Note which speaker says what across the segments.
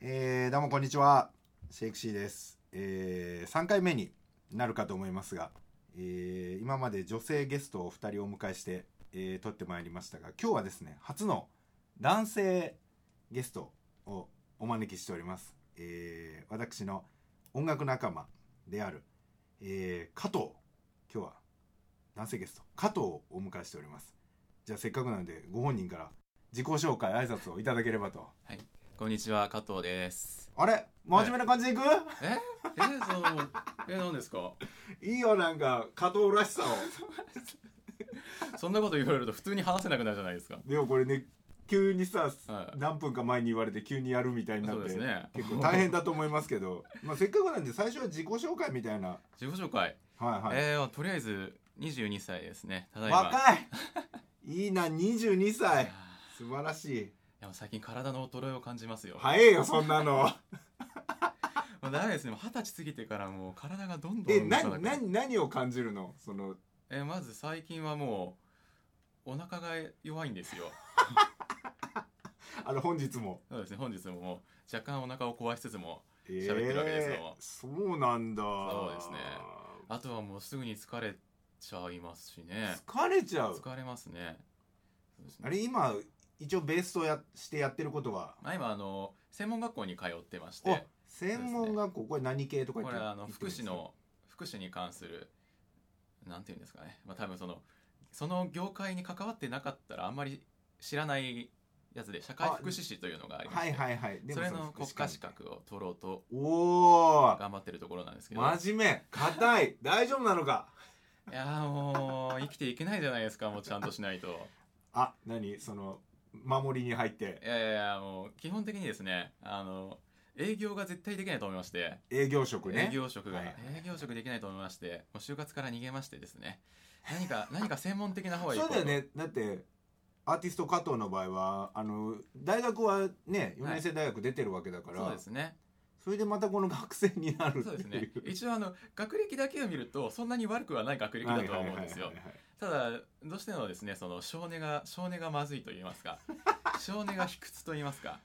Speaker 1: えーどうもこんにちはシェイクシーです、えー3回目になるかと思いますが、えー今まで女性ゲストを2人お迎えして、えー撮ってまいりましたが今日はですね初の男性ゲストをお招きしております、えー私の音楽仲間である、えー加藤今日は男性ゲスト加藤をお迎えしておりますじゃあせっかくなんでご本人から自己紹介挨拶をいただければと
Speaker 2: こんにちは、加藤です。
Speaker 1: あれ真面目な感じでいく、
Speaker 2: え、え、その、 え、なんですか。
Speaker 1: いいよなんか加藤らし さを
Speaker 2: そんなこと言われると、普通に話せなくなるじゃないですか。
Speaker 1: でもこれね急にさ、
Speaker 2: はい
Speaker 1: 何分か前に言われて急にやるみたいにな
Speaker 2: そ
Speaker 1: っ
Speaker 2: う
Speaker 1: て、
Speaker 2: ですね。
Speaker 1: 結構大変。だと思いますけ ど、まあ、せっかくなんで最初は自己紹介みたいな
Speaker 2: 自己紹介。
Speaker 1: はいはい、
Speaker 2: えー、とりあえず、二十二歳ですね。ただいま。
Speaker 1: 若 いいいな22歳
Speaker 2: あ
Speaker 1: 素晴らし い
Speaker 2: ーでも最近体の衰えを感じますよ。
Speaker 1: 早えよそんなの
Speaker 2: もうダメですね。もう二十歳過ぎてからもう体がど んどん
Speaker 1: え
Speaker 2: 動
Speaker 1: な
Speaker 2: かなくなる。
Speaker 1: 何何を感じるのその
Speaker 2: えー、まず最近はもう、お腹が弱いんですよ。
Speaker 1: あの本日も
Speaker 2: そうですね。本日ももう若干お腹を壊しつつも、
Speaker 1: え
Speaker 2: 喋ってるわけですよ
Speaker 1: えそうなんだ
Speaker 2: そうですねあとはもうすぐに疲れちゃいますしね。
Speaker 1: 疲れちゃう
Speaker 2: 疲れますね。そうですね
Speaker 1: あれ今一応ベースとやしてやってることは
Speaker 2: まあ、今あの専門学校に通ってまし
Speaker 1: お
Speaker 2: て
Speaker 1: 専門学校これ何系とか
Speaker 2: こ
Speaker 1: 言っ
Speaker 2: れ
Speaker 1: て
Speaker 2: はあ
Speaker 1: 言っ
Speaker 2: の
Speaker 1: てる
Speaker 2: 福
Speaker 1: んです
Speaker 2: 祉
Speaker 1: か
Speaker 2: の福祉に関するなんていうんですかね、まあ、多分そのその業界に関わってなかったらあんまり知らないやつで社会福祉士というのがありま
Speaker 1: は
Speaker 2: し
Speaker 1: い
Speaker 2: て、
Speaker 1: はいはいでも
Speaker 2: それ
Speaker 1: の
Speaker 2: の
Speaker 1: 福
Speaker 2: 国
Speaker 1: 祉関
Speaker 2: 家
Speaker 1: 係
Speaker 2: 資格を取ろうと
Speaker 1: おお
Speaker 2: 頑張ってるところなんですけど、
Speaker 1: 真面目硬い大丈夫なのか
Speaker 2: いやーもう生きていけないじゃないですかもうちゃんとしないと
Speaker 1: あ何その守りに入って
Speaker 2: いやいやいやもう基本的にですねあの営業が絶対できないと思いまして
Speaker 1: 営業職ね
Speaker 2: 営業職が、
Speaker 1: はい
Speaker 2: 営業職できないと思いましてもう就活から逃げましてですね 何か何か専門的な方がいい
Speaker 1: そうだよねだってアーティスト加藤の場合はあの大学はね4年生大学出てるわけだから、
Speaker 2: そうですね
Speaker 1: それでまたこの学生になるって
Speaker 2: そ
Speaker 1: いうう
Speaker 2: ですね一応あの学歴だけを見るとそんなに悪くはない学歴だとは思うんですよ
Speaker 1: はいはいはいはい
Speaker 2: ただどうしてもですねその性根が性根がまずいと言いま すか性根が卑屈と言いますか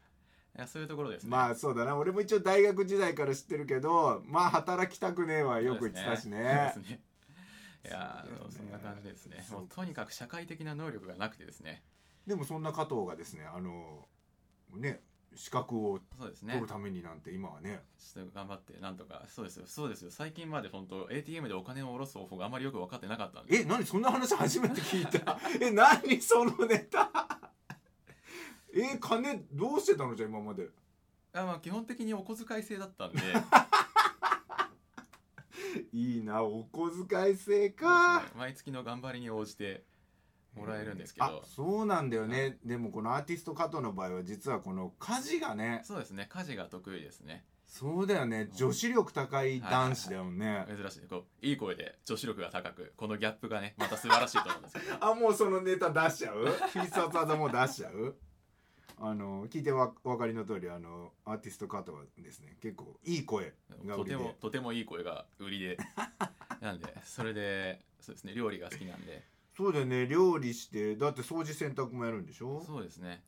Speaker 2: いやそういうところですね、
Speaker 1: まあそうだな俺も一応大学時代から知ってるけどまあ働きたくねえはよく言ってたしね
Speaker 2: そうですねいやーあの
Speaker 1: そ
Speaker 2: そ
Speaker 1: うんだよね
Speaker 2: な感じでですね
Speaker 1: そう
Speaker 2: もうとにかく社会的な能力がなくてですね
Speaker 1: でもそんな加藤がですねあのね資格を
Speaker 2: そうですね
Speaker 1: 取るためになんて今はね
Speaker 2: ちょっと頑張って、なんとか、そうですよ、そうですよ、最近まで本当、ATM でお金を下ろす方法があまりよく分かってなかったんで、
Speaker 1: え何そんな話初めて聞い たえ何そのネタえ金どうしてたのじゃあ今まで
Speaker 2: あまあ、基本的にお小遣い制だっ たんで、
Speaker 1: いいなお小遣い制
Speaker 2: そう
Speaker 1: か
Speaker 2: ですね毎月の頑張りに応じてもらえるんですけど
Speaker 1: あそうなんだよねでもこのアーティスト加藤の場合は実はこの家事がね
Speaker 2: そうですね、家事が得意ですね、
Speaker 1: そうだよね女子力高い男子だよね、
Speaker 2: 珍しい、こういい声で女子力が高く、このギャップがね、また素晴らしいと思うんですけど、
Speaker 1: あもうそのネタ出しちゃう必殺技もう出しちゃうあの聞いてわお分かりの通りあのアーティスト加藤はですね結構いい声が
Speaker 2: と
Speaker 1: 売り
Speaker 2: て
Speaker 1: で
Speaker 2: も、とてもいい声が売りで、なんで、それで、そうですね、料理が好きなんで、
Speaker 1: そうだよね料理してだって掃除洗濯もやるんでしょ
Speaker 2: そうですね、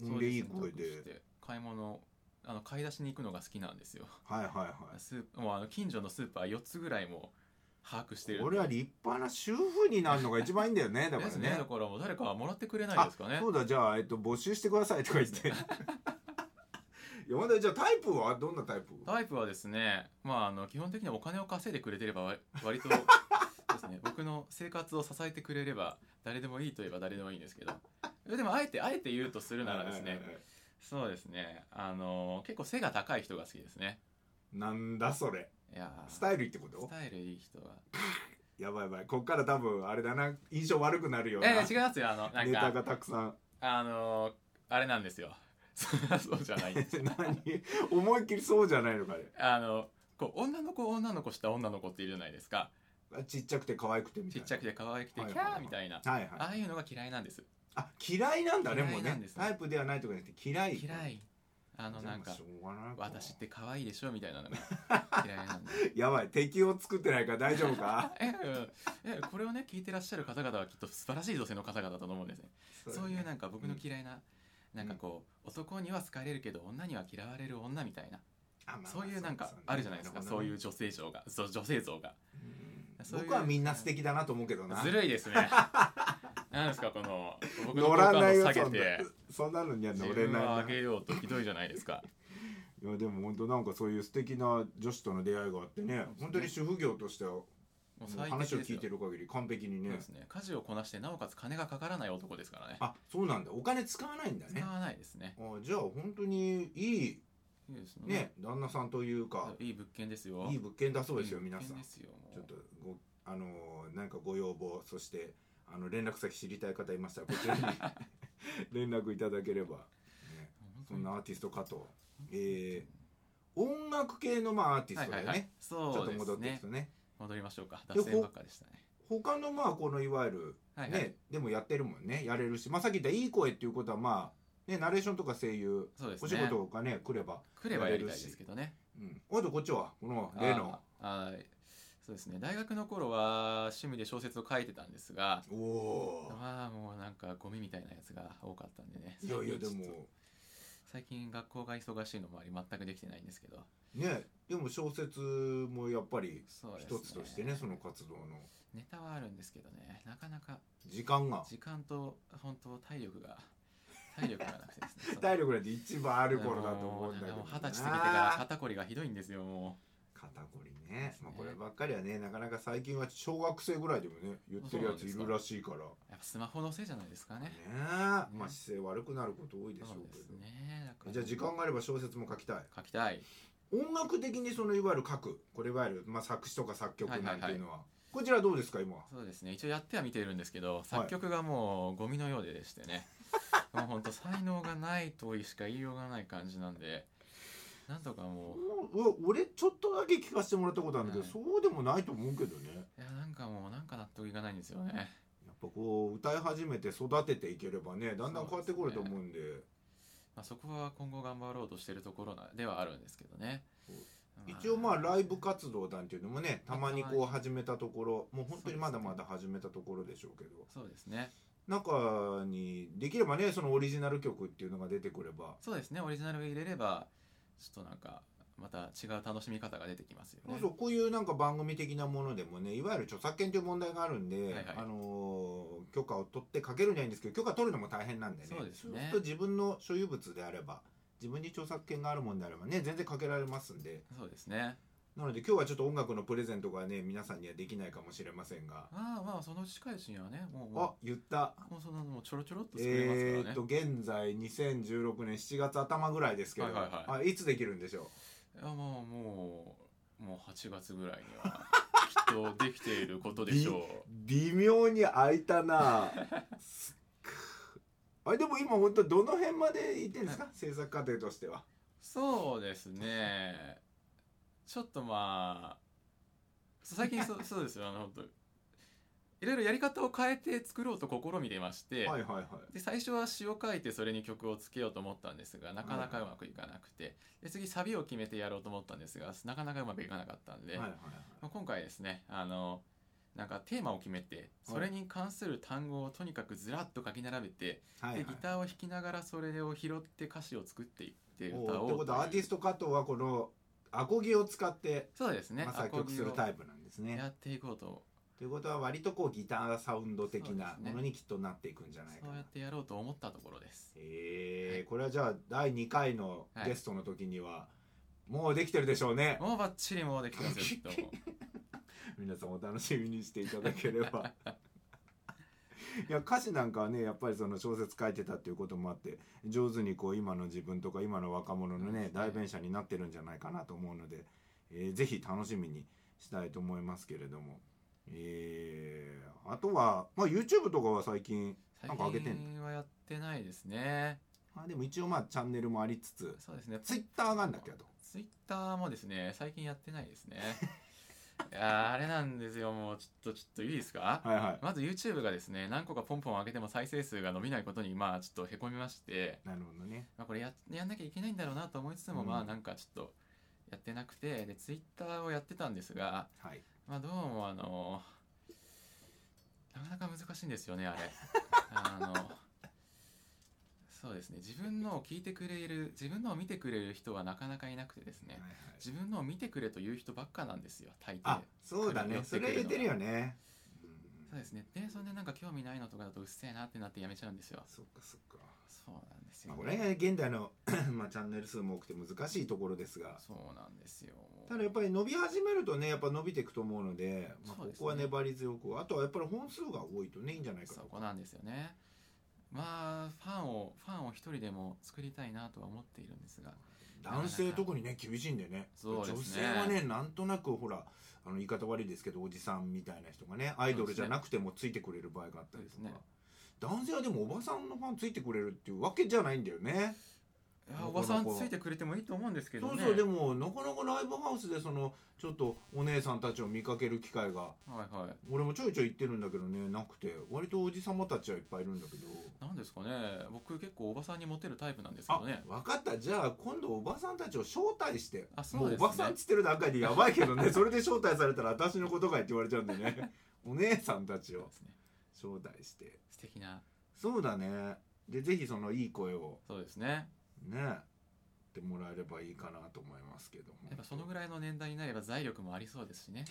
Speaker 1: ほんでいい声で
Speaker 2: そうすね、買い物、あの買い出しに行くのが好きなんですよ。
Speaker 1: はいはいは
Speaker 2: スーもうあの近所のスーパー4つぐらいも把握してる
Speaker 1: い俺は立派な主婦になるのが一番いいんだよね だか
Speaker 2: で
Speaker 1: ら
Speaker 2: すね
Speaker 1: ね
Speaker 2: だからもう誰かはもらってくれない
Speaker 1: あ
Speaker 2: ですかね
Speaker 1: そうだじゃあ、えっと、募集してくださいとか言って いやほんでじゃあタイプはどんなタイプ
Speaker 2: タイプはですねまああの基本的にお金を稼いでくれてれば割割とですね僕の生活を支えてくれれば誰でもいいといえば誰でもいいんですけどでもあえてあえて言うとするならです
Speaker 1: はい
Speaker 2: ね
Speaker 1: はいはい
Speaker 2: そうですねあの結構背が高い人が好きですね
Speaker 1: なんだそれ
Speaker 2: いやー
Speaker 1: スタイルいいってこと
Speaker 2: スタイルいい人が
Speaker 1: やばいやばいこっから多分あれだな印象悪くなるような
Speaker 2: えー、違いますよあのなん
Speaker 1: ネタ
Speaker 2: か
Speaker 1: がたくさん
Speaker 2: あのあれなんですよ そうじゃないんです
Speaker 1: 何思いっきりそうじゃないのかね
Speaker 2: あのこう女の子女の子した女の子っているじゃないですか
Speaker 1: あちっちゃくて可愛くてみた
Speaker 2: ち
Speaker 1: い
Speaker 2: っ
Speaker 1: な
Speaker 2: ちゃくて可愛くて
Speaker 1: はい
Speaker 2: キ
Speaker 1: はいはい
Speaker 2: ャーみたいな
Speaker 1: はいはい
Speaker 2: ああいうのが嫌いなんです
Speaker 1: あ嫌いなんだねもう
Speaker 2: 嫌いな
Speaker 1: ね
Speaker 2: んですね
Speaker 1: タイプではないとかじゃなくて嫌い
Speaker 2: 嫌いあのなんか
Speaker 1: じゃあもうしょうがないか
Speaker 2: 私って可愛いでしょみた いなのが嫌いなんで
Speaker 1: やばい敵を作ってないから大丈夫 か
Speaker 2: えうんえこれをね聞いてらっしゃる方々はきっと素晴らしい女性の方々だと思うんですねそういうなんか僕の嫌いななんかこう、男には好かれるけど女には嫌われる女みたいな、
Speaker 1: あまあまあ
Speaker 2: そういうなんか
Speaker 1: そね
Speaker 2: あるじゃないですか、
Speaker 1: るほ
Speaker 2: そ
Speaker 1: ど
Speaker 2: う
Speaker 1: ね
Speaker 2: いう女性像がそう女性像が
Speaker 1: うん
Speaker 2: そういう
Speaker 1: 僕はみんな素敵だなと思うけどな
Speaker 2: ずるいですね なんですかこの僕の
Speaker 1: 乗
Speaker 2: 好
Speaker 1: ら
Speaker 2: 感度
Speaker 1: ないよ
Speaker 2: 下
Speaker 1: そ
Speaker 2: げ
Speaker 1: んな
Speaker 2: て
Speaker 1: そんなのには
Speaker 2: 自
Speaker 1: 乗れ
Speaker 2: 分
Speaker 1: ない
Speaker 2: は
Speaker 1: な
Speaker 2: あげようとひどいじゃないですか
Speaker 1: いやでも本当なんかそういう素敵な女子との出会いがあってね本当に主婦業としてはも
Speaker 2: も
Speaker 1: う
Speaker 2: う最
Speaker 1: 話
Speaker 2: 適
Speaker 1: を
Speaker 2: です
Speaker 1: 聞い
Speaker 2: よ
Speaker 1: てる限り完璧に
Speaker 2: そう
Speaker 1: ね
Speaker 2: ですね家事をこなしてなおかつ金がかからない男ですからね
Speaker 1: あそうなんだお金使わないんだね
Speaker 2: 使わないですね
Speaker 1: あじゃあ本当にいい
Speaker 2: いいですね
Speaker 1: ね旦那さんというか
Speaker 2: いい物件ですよ
Speaker 1: いい物件だそうですよ
Speaker 2: いい
Speaker 1: 皆
Speaker 2: 物
Speaker 1: さ
Speaker 2: 件
Speaker 1: ん
Speaker 2: ですよもう
Speaker 1: ちょっとごあのーなんかご要望そしてあの連絡先知りたい方いましたらこちらに 連絡いただければ、ね、
Speaker 2: 本当
Speaker 1: そ
Speaker 2: に
Speaker 1: んなアーティストかとえー音楽系のまあアーティストだよね、
Speaker 2: はいはいはい
Speaker 1: ちょ
Speaker 2: そ
Speaker 1: っ
Speaker 2: う
Speaker 1: と
Speaker 2: で
Speaker 1: 戻
Speaker 2: す
Speaker 1: ってい
Speaker 2: ね
Speaker 1: くとね
Speaker 2: 戻りましょうか
Speaker 1: で
Speaker 2: 脱線ばっかでしたね
Speaker 1: 他のまあこのいわゆる
Speaker 2: はい
Speaker 1: ね、
Speaker 2: はい
Speaker 1: でもやってるもんねやれるしまあさっき言ったいい声っていうことはまあねナレーションとか声優
Speaker 2: そうです
Speaker 1: お
Speaker 2: ね
Speaker 1: 仕事がね来れば
Speaker 2: 来ればやりたいですけどね
Speaker 1: うんあとこっちはこの例の
Speaker 2: あーはいそうですね大学の頃は趣味で小説を書いてたんですが
Speaker 1: おお
Speaker 2: まあもうなんかゴミみたいなやつが多かったんでね
Speaker 1: ーいやいやで
Speaker 2: 最近ちょっと
Speaker 1: も
Speaker 2: 最近学校が忙しいのもあり全くできてないんですけど
Speaker 1: ねでも小説もやっぱり
Speaker 2: そうですね
Speaker 1: 一つとしてねその活動の
Speaker 2: ネタはあるんですけどねなかなか
Speaker 1: 時間が
Speaker 2: 時間と本当体力 が体力がなくてですね
Speaker 1: 体力なんて一番ある頃だと思うんだけど
Speaker 2: もう
Speaker 1: な
Speaker 2: 二十歳過ぎてから肩こりがひどいんですよも
Speaker 1: 肩こりね、まあ、こればっかりはねなかなか最近は小学生ぐらいでもね言ってるやついるらしいから
Speaker 2: うやっぱスマホのせいじゃないですかね
Speaker 1: ねえまあ姿勢悪くなること多いでし
Speaker 2: そ
Speaker 1: ょ
Speaker 2: う
Speaker 1: う
Speaker 2: で
Speaker 1: け
Speaker 2: す
Speaker 1: ど、
Speaker 2: ねだから
Speaker 1: じゃあ時間があれば小説も書きたい
Speaker 2: 書きたい
Speaker 1: 音楽的にそのいわゆる書くこれいわゆる、まあ、作詞とか作曲なんていうのは,、
Speaker 2: はいはい
Speaker 1: こちらどうですか今は
Speaker 2: そうですね一応やっては見てるんですけど作曲がもうゴミのようででし てね、もう本当才能がないとしか言いようがない感じなんでなんとかも
Speaker 1: うわ俺ちょっとだけ聞かせてもらったことあるんだけど、そうでもないと思うけどね
Speaker 2: ういやなんかもうなんか納得いかないんですよね
Speaker 1: やっぱこう歌い始めて育てていければねだんだん変わってくると思うんで
Speaker 2: まあ、そこは今後頑張ろうとしてるところなではあるんですけどね
Speaker 1: そう一応まあライブ活動なんていうのもねたまにこ
Speaker 2: は
Speaker 1: う始めたところもう本当にまだまだ
Speaker 2: そ
Speaker 1: 始めたところでしょうけど
Speaker 2: そうですね
Speaker 1: 中にできればねそのオリジナル曲っていうのが出てくれば
Speaker 2: そうですねオリジナルを入れればちょっとなんかまた違う楽しみ方が出てきますよ
Speaker 1: そ
Speaker 2: ね
Speaker 1: うそうこういうなんか番組的なものでもねいわゆる著作権という問題があるんで、
Speaker 2: いはい
Speaker 1: あのー許可を取ってかけるにはいいんですけど許可取るのも大変なんでね
Speaker 2: そうですね
Speaker 1: ると自分の所有物であれば自分に著作権があるもんであればね全然かけられますんで
Speaker 2: そうですね
Speaker 1: なので今日はちょっと音楽のプレゼントがね皆さんにはできないかもしれませんが、
Speaker 2: まあまあその近いうちにはねもう
Speaker 1: あ
Speaker 2: も
Speaker 1: 言った
Speaker 2: うもうそんなのもうちょろちょろっと作れますからね
Speaker 1: え、ー、っと現在2016年7月頭ぐらいですけど、
Speaker 2: はいはい
Speaker 1: あいつできるんでしょ
Speaker 2: いやまあもうもう8月ぐらいにはきっとできていることでしょ
Speaker 1: う微妙に空いたな すっあれでも今本当どの辺まで行ってんですか制作過程としては
Speaker 2: うそうですねちょっとまあそう 最近そそうですよあの本当いろいろやり方を変えて作ろうと試みてまして、
Speaker 1: はいはいはい
Speaker 2: で最初は詩を書いてそれに曲をつけようと思ったんですがなかなかうまくいかなくてで次サビを決めてやろうと思ったんですがなかなかうまくいかなかったんで、
Speaker 1: はいはいはい
Speaker 2: まあ、今回ですねあのなんかテーマを決めてそれに関する単語をとにかくずらっと書き並べて、
Speaker 1: はいはい
Speaker 2: でギターを弾きながらそれを拾って歌詞を作っていって
Speaker 1: お
Speaker 2: 歌
Speaker 1: ー
Speaker 2: おう
Speaker 1: ってことはアーティス
Speaker 2: ト
Speaker 1: ト加藤はこのアコギを使って、
Speaker 2: そうですね
Speaker 1: まあ、作曲するタイプなんです
Speaker 2: アコギをや
Speaker 1: ね
Speaker 2: っていこうと
Speaker 1: ということは割とこうギターサウンド的な
Speaker 2: そうですね
Speaker 1: ものにきっとなっていくんじゃないか
Speaker 2: そう
Speaker 1: な
Speaker 2: やってやろうと思ったところです
Speaker 1: えー
Speaker 2: はい
Speaker 1: これはじゃあ第2回のゲストの時には、もうできてるでしょうね
Speaker 2: もうバッチリもうでき てますよきっと
Speaker 1: 皆さんお楽しみにしていただけれ ばいや歌詞なんかはねやっぱりその小説書いてたっていうこともあって上手にこう今の自分とか今の若者の
Speaker 2: そうで
Speaker 1: ね
Speaker 2: すね
Speaker 1: 代弁者になってるんじゃないかなと思うので、えーぜひ楽しみにしたいと思いますけれども、えーあとは、まあ、YouTube とかは最近なん
Speaker 2: 最
Speaker 1: か上げてんの
Speaker 2: 近はやってないですね
Speaker 1: あでも一応まあチャンネルもありつつ
Speaker 2: そうですね
Speaker 1: Twitter があんだっけど
Speaker 2: ツイッターもですね最近やってな いですねいやーあれなんですよもうちょっとちょっといいですか
Speaker 1: はいはい
Speaker 2: まず YouTube がですね何個かポンポン上げても再生数が伸びないことにまあちょっとへこみまして、
Speaker 1: なるほどね
Speaker 2: まあ、これややんなきゃいけないんだろうなと思いつつも、
Speaker 1: うん
Speaker 2: まあなんかちょっとやってなくてで Twitter をやってたんですが、
Speaker 1: はい
Speaker 2: まあ、どうもあの なかなか難しいんですよねあれあのそうですね自分のを聞いてくれる自分のを見てくれる人はなかなかいなくてですね
Speaker 1: はいはい
Speaker 2: 自分のを見てくれという人ばっかなんですよ大抵
Speaker 1: あそうだねそれ言ってるよね、うん
Speaker 2: そうですねでそれでなんか興味ないのとかだとうっせえなってなってやめちゃうんですよ
Speaker 1: そっかそっか
Speaker 2: そうなんです
Speaker 1: ま
Speaker 2: よ
Speaker 1: あ
Speaker 2: ね、
Speaker 1: これが現代の まあチャンネル数も多くて難しいところですが
Speaker 2: そうなんですよもう
Speaker 1: ただやっぱり伸び始めるとねやっぱ伸びていくと思うので、まあ、
Speaker 2: そう
Speaker 1: こ
Speaker 2: ですね
Speaker 1: こは粘り強くあとはやっぱり本数が多いとねいいんじゃないか
Speaker 2: そ
Speaker 1: と
Speaker 2: こなんですよねまあファンをファンを一人でも作りたいなとは思っているんですが
Speaker 1: 男性特にね厳しいんでね
Speaker 2: そうですね
Speaker 1: 女性はねなんとなくほらあの言い方悪いですけどおじさんみたいな人がねアイドルじゃなくてもついてくれる場合があったりと
Speaker 2: そう
Speaker 1: か、
Speaker 2: ですね
Speaker 1: 男性はでもおばさんのファンついてくれるっていうわけじゃないんだよね
Speaker 2: いや
Speaker 1: なかなか
Speaker 2: おばさんついてくれてもいいと思うんですけど
Speaker 1: そう
Speaker 2: ね
Speaker 1: そうでもなかなかライブハウスでそのちょっとお姉さんたちを見かける機会が
Speaker 2: はいはい
Speaker 1: 俺もちょいちょい行ってるんだけどねなくて割とおじさまたちはいっぱいいるんだけど
Speaker 2: なんですかね僕結構おばさんにモテるタイプなんですけ
Speaker 1: あ
Speaker 2: どね
Speaker 1: 分かったじゃあ今度おばさんたちを招待して
Speaker 2: あそ
Speaker 1: も
Speaker 2: う
Speaker 1: うお
Speaker 2: ですね
Speaker 1: ばさんっつってる段階でやばいけどね それで招待されたら私のことかいって言われちゃうんでね お姉さんたち
Speaker 2: そう
Speaker 1: を
Speaker 2: ですね
Speaker 1: 招待して
Speaker 2: 素敵な
Speaker 1: そうだねでぜひそのいい声を
Speaker 2: そうですね
Speaker 1: ねってもらえればいいかなと思いますけど
Speaker 2: やっぱそのぐらいの年代になれば財力もありそうです しね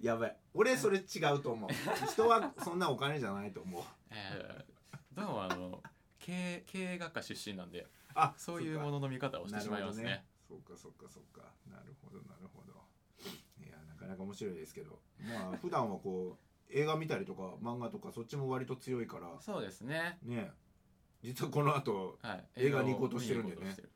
Speaker 1: やばい俺それ違うと思う人はそんなお金じゃないと思う
Speaker 2: えー、どうもあの経営経営学科出身なんで
Speaker 1: あ
Speaker 2: そういうものの見方をしてしまいますね
Speaker 1: そうかそうかそうかなるほどなるほどいやなかなか面白いですけどまあ普 段はこう映画見たりとか漫画とかそっちも割と強いから
Speaker 2: そうですね
Speaker 1: ね実はこの後
Speaker 2: はい
Speaker 1: 映画に行こうとしてるんでね
Speaker 2: 映画を見に行こうとして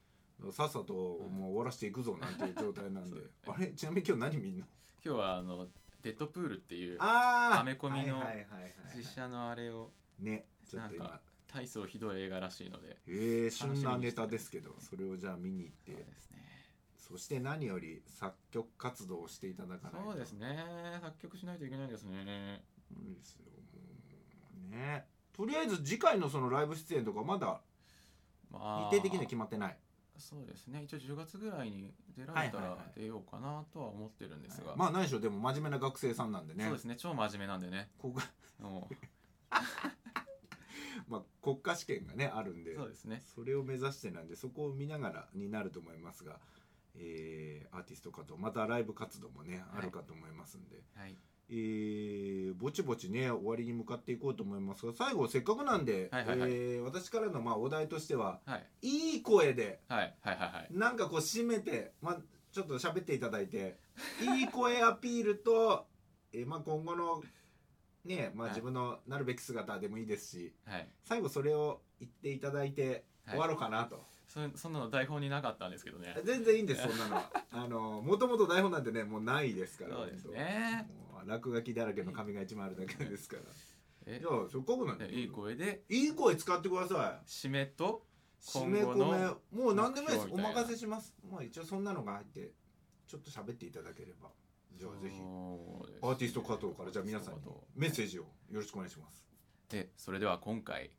Speaker 2: る
Speaker 1: さっさともう終わらせていくぞなんていう状態なんで、
Speaker 2: そう
Speaker 1: あれちなみに今日何見んの
Speaker 2: 今日はあのデッドプールっていう
Speaker 1: あ
Speaker 2: アメコミの
Speaker 1: はいはいはいはい
Speaker 2: 実写のあれを
Speaker 1: ねちょっと
Speaker 2: なん
Speaker 1: 今
Speaker 2: か大層ひどい映画らしいので
Speaker 1: えー、
Speaker 2: 楽しみに
Speaker 1: 旬なネタですけどそれをじゃあ見に
Speaker 2: そう
Speaker 1: 行っ
Speaker 2: で
Speaker 1: て
Speaker 2: すね
Speaker 1: そして何より作曲活動をしていただかないと
Speaker 2: そうですね作曲しないといけないですね
Speaker 1: そうですよもうねとりあえず次回のそのライブ出演とかまだ日
Speaker 2: まあ
Speaker 1: 程的には決まってない
Speaker 2: そうですね一応10月ぐらいに出られた
Speaker 1: はいは
Speaker 2: ら
Speaker 1: いはい
Speaker 2: 出ようかなとは思ってるんですが、
Speaker 1: まあ何でしょうでも真面目な学生さんなんでね
Speaker 2: そうですね超真面目なんでね
Speaker 1: 国
Speaker 2: もう
Speaker 1: まあ、国家試験がねあるんで
Speaker 2: そうですね
Speaker 1: それを目指してなんでそこを見ながらになると思いますが、えーアーティスト活動またライブ活動もね
Speaker 2: はい
Speaker 1: あるかと思いますんで、
Speaker 2: はい
Speaker 1: えーぼちぼちね終わりに向かっていこうと思いますが最後せっかくなんで、
Speaker 2: はいはいはい
Speaker 1: えー私からのまあお題としては
Speaker 2: はい
Speaker 1: いい声で
Speaker 2: はいはいはいはい
Speaker 1: なんかこう締めて、まあ、ちょっと喋っていただいていい声アピールと、えーまあ、今後のね、まあ、
Speaker 2: はい
Speaker 1: 自分のなるべき姿でもいいですし、
Speaker 2: はい
Speaker 1: 最後それを言っていただいて
Speaker 2: はい
Speaker 1: 終わろうかなと、
Speaker 2: そそんなの台本になかったんですけどね
Speaker 1: 全然いいんですそんなのはあのもともと台本なんてねもうないですから
Speaker 2: そうですね
Speaker 1: 本当もう落書きだらけの紙が一枚あるだけですから
Speaker 2: え
Speaker 1: じゃあせっかくなんで
Speaker 2: いい声で
Speaker 1: いい声使ってください
Speaker 2: 締めと
Speaker 1: 締
Speaker 2: 今
Speaker 1: め
Speaker 2: 後
Speaker 1: 込
Speaker 2: の
Speaker 1: めもう何でもいいです
Speaker 2: 目標
Speaker 1: お
Speaker 2: みたいな
Speaker 1: 任せしますもう一応そんなのが入ってちょっと喋っていただければじゃあぜひ
Speaker 2: そうです
Speaker 1: アーティスト加藤からじゃあ皆さんに
Speaker 2: アーティスト加藤
Speaker 1: メッセージをよろしくお願いします
Speaker 2: でそれでは今回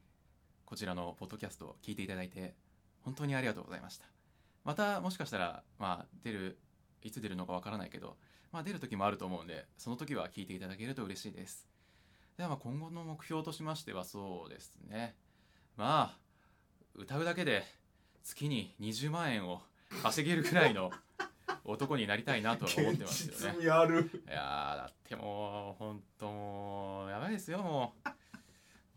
Speaker 2: こちらのポッドキャストを聞いていただいて本当にありがとうございましたまたもしかしたら、まあ、出るいつ出るのかわからないけど、まあ、出る時もあると思うんでその時は聞いていただけると嬉しいですではまあ今後の目標としましてはそうですねまあ歌うだけで月に20万円を稼げるくらいの男になりたいなとは思ってますよね
Speaker 1: 味ある
Speaker 2: いやーだってもう本当もうやばいですよも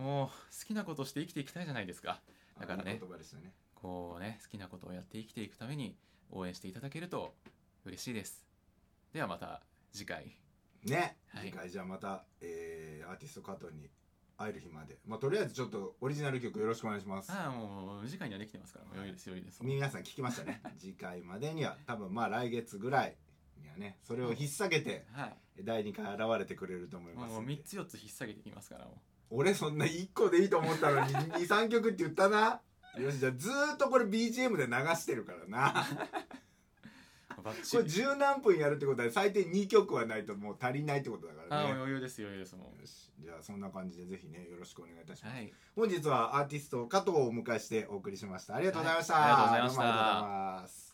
Speaker 2: うもう好きなことして生きていきたいじゃないですかだからね
Speaker 1: 言葉でしたね
Speaker 2: こうね好きなことをやって生きていくために応援していただけると嬉しいですではまた次回
Speaker 1: ね、
Speaker 2: はい
Speaker 1: 次回じゃあまた、えーアーティスト加藤に会える日までまあとりあえずちょっとオリジナル曲よろしくお願いします
Speaker 2: ああもう次回にはできてますからもう良いです良いです
Speaker 1: 皆さん聞きました ね次回までには多分まあ来月ぐらいにはねそれを引っ提げて
Speaker 2: は
Speaker 1: 第2回現れてくれると思い
Speaker 2: い
Speaker 1: ま
Speaker 2: もう
Speaker 1: す
Speaker 2: もうん
Speaker 1: で
Speaker 2: 3つ4つ引っ提げていきますからも
Speaker 1: 俺そんな1個でいいと思ったのに23曲って言ったなよしじゃあずーっとこれ BGM で流してるからな
Speaker 2: うバッチ
Speaker 1: これ
Speaker 2: リ
Speaker 1: 十何分やるってことは最低2曲はないともう足りないってことだか
Speaker 2: ああ
Speaker 1: らね
Speaker 2: もう
Speaker 1: よ
Speaker 2: 余裕です余裕ですもう
Speaker 1: しじゃあそんな感じでぜひねよろしくお願いいたします、
Speaker 2: はい
Speaker 1: 本日はアーティスト加藤をお迎えしてお送りしましたありがとうございました、
Speaker 2: はいありがとうございました
Speaker 1: どもありがとうございます